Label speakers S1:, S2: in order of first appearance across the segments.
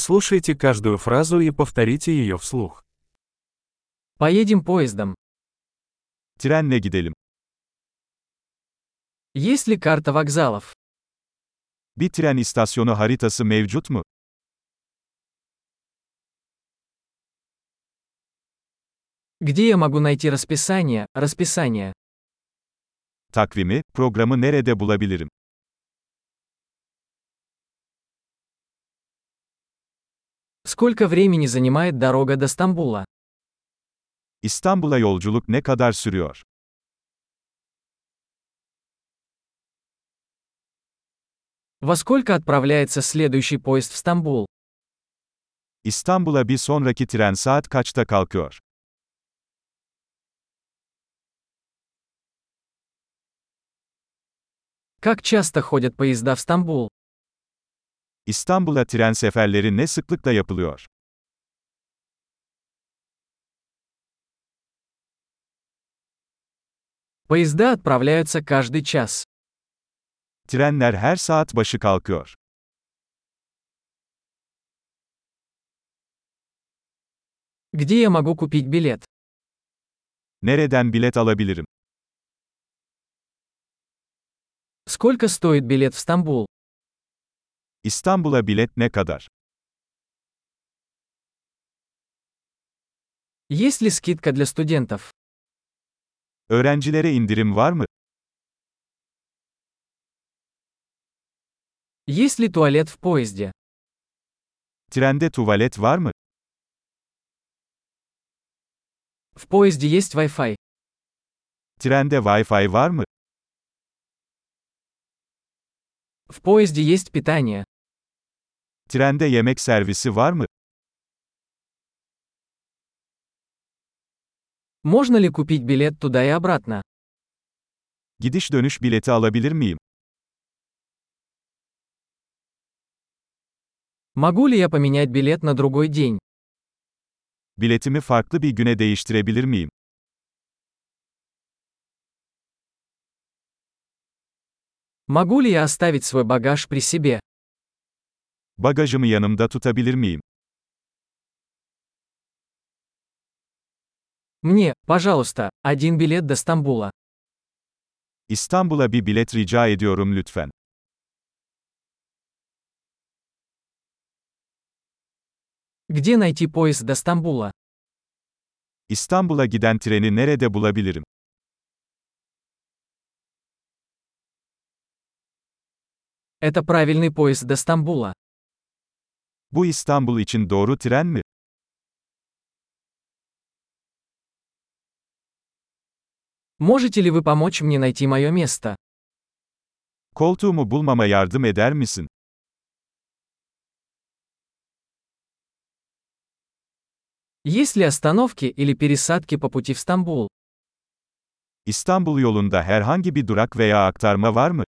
S1: Прослушайте каждую фразу и повторите ее вслух.
S2: Поедем поездом.
S3: Trenle gidelim.
S2: Есть ли карта вокзалов?
S3: Bir tren istasyonu haritası mevcut mu?
S2: Где я могу найти расписание? Расписание.
S3: Takvimi, programı nerede bulabilirim?
S2: Сколько времени занимает дорога до Стамбула?
S3: İstanbul'a yolculuk ne kadar sürüyor?
S2: Во сколько отправляется следующий поезд в Стамбул?
S3: İstanbul'a bir sonraki tren saat kaçta kalkıyor?
S2: Как часто ходят поезда в Стамбул?
S3: İstanbul'a tren seferleri ne sıklıkla yapılıyor?
S2: Поезда отправляются каждый час.
S3: Trenler her saat başı kalkıyor.
S2: Где я могу купить билет?
S3: Nereden bilet alabilirim?
S2: Сколько стоит билет в Стамбул?
S3: İstanbul'a bilet ne kadar?
S2: Есть ли скидка для студентов?
S3: Öğrencilere indirim var mı?
S2: Есть ли туалет в поезде?
S3: Trende tuvalet var mı?
S2: В поезде есть Wi-Fi.
S3: Trende Wi-Fi var mı?
S2: В поезде есть питание.
S3: Trende yemek servisi var mı?
S2: Можно ли купить билет туда и обратно?
S3: Gidiş dönüş bileti alabilir miyim?
S2: Могу ли я поменять билет на другой день?
S3: Biletimi farklı bir güne değiştirebilir miyim?
S2: Могу ли я оставить свой багаж при себе?
S3: Bagajımı yanımda tutabilir miyim?
S2: Мне, пожалуйста, один билет до Стамбула.
S3: İstanbul'a bir bilet rica ediyorum lütfen.
S2: Где найти поезд до Стамбула?
S3: İstanbul'a giden treni nerede bulabilirim?
S2: Это правильный поезд до Стамбула.
S3: Bu İstanbul için doğru tren mi?
S2: Можете ли вы помочь мне найти мое место?
S3: Koltuğumu bulmama yardım eder misin?
S2: Есть ли остановки или пересадки по пути в Стамбул?
S3: İstanbul yolunda herhangi bir durak veya aktarma var mı?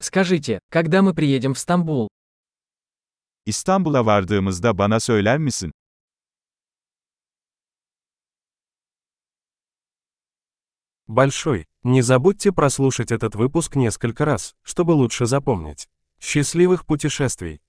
S2: Скажите, когда мы приедем в Стамбул?
S3: İstanbul'a vardığımızda bana söyler misin?
S1: Большой. Не забудьте прослушать этот выпуск несколько раз, чтобы лучше запомнить. Счастливых путешествий!